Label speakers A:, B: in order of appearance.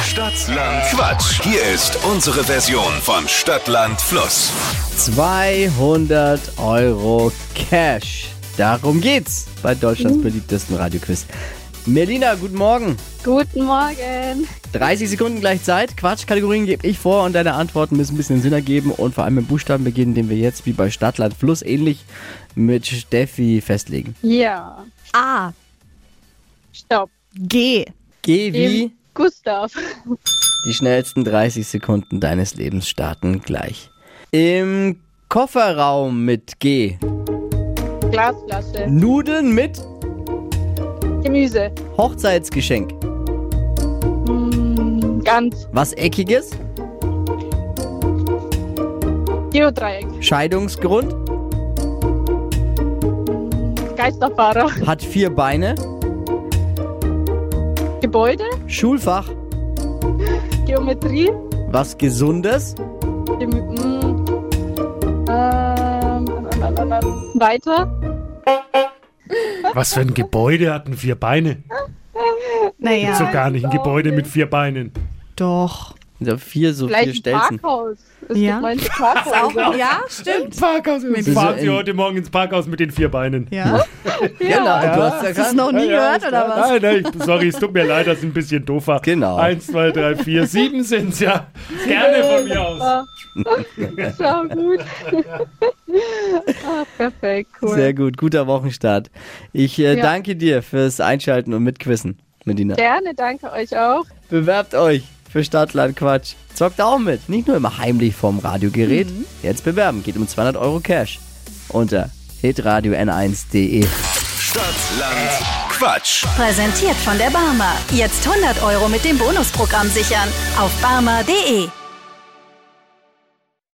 A: Stadtland Quatsch. Hier ist unsere Version von Stadtland Fluss.
B: 200 Euro Cash. Darum geht's bei Deutschlands beliebtesten Radioquiz. Melina, guten Morgen.
C: Guten Morgen.
B: 30 Sekunden gleich Zeit. Quatschkategorien gebe ich vor und deine Antworten müssen ein bisschen Sinn ergeben und vor allem mit Buchstaben beginnen, den wir jetzt wie bei Stadtland Fluss ähnlich mit Steffi festlegen.
C: Ja,
D: A.
C: stopp.
D: G.
B: Geh wie
C: Eben Gustav.
B: die schnellsten 30 Sekunden deines Lebens starten gleich. Im Kofferraum mit G.
C: Glasflasche.
B: Nudeln mit
C: Gemüse.
B: Hochzeitsgeschenk.
C: Mm, Ganz.
B: Was Eckiges?
C: Geodreieck.
B: Scheidungsgrund?
C: Geisterfahrer.
B: Hat vier Beine?
C: Gebäude.
B: Schulfach?
C: Geometrie.
B: Was Gesundes?
C: Gem mm, ähm, ähm, ähm, ähm, ähm, weiter.
E: Was für ein Gebäude hatten vier Beine?
D: Naja,
E: So gar nicht ein Gebäude mit vier Beinen.
D: doch.
B: Ja, vier so vier
C: Vielleicht ein
B: Stelzen.
C: Parkhaus. Es
D: Ja.
C: gibt manche Parkhäuser.
D: Ja, stimmt.
E: Parkhaus.
D: Wieso
E: Fahren Sie
B: in-
E: heute Morgen ins Parkhaus mit den vier Beinen.
D: Ja.
B: Genau, du hast ja
D: Hast du es
B: gerade.
D: noch nie gehört
E: ist
D: oder
E: klar.
D: was?
E: Nein, nein, ich, sorry, es tut mir leid, das ist ein bisschen doofer.
B: Genau.
E: Eins, zwei, drei, vier, sieben sind's ja. Gerne von mir aus.
C: So gut. Ah, perfekt, cool.
B: Sehr gut, guter Wochenstart. Ich äh,
C: Ja.
B: danke dir fürs Einschalten und Mitquissen, Medina.
C: Gerne, danke euch auch.
B: Bewerbt euch für Stadtland Quatsch. Zockt auch mit, nicht nur immer heimlich vorm Radiogerät.
C: Mhm.
B: Jetzt bewerben, geht um 200 Euro Cash unter hitradio n1.de.
A: Stadtland Quatsch.
F: Präsentiert von der Barmer. Jetzt 100 Euro mit dem Bonusprogramm sichern. Auf barmer.de.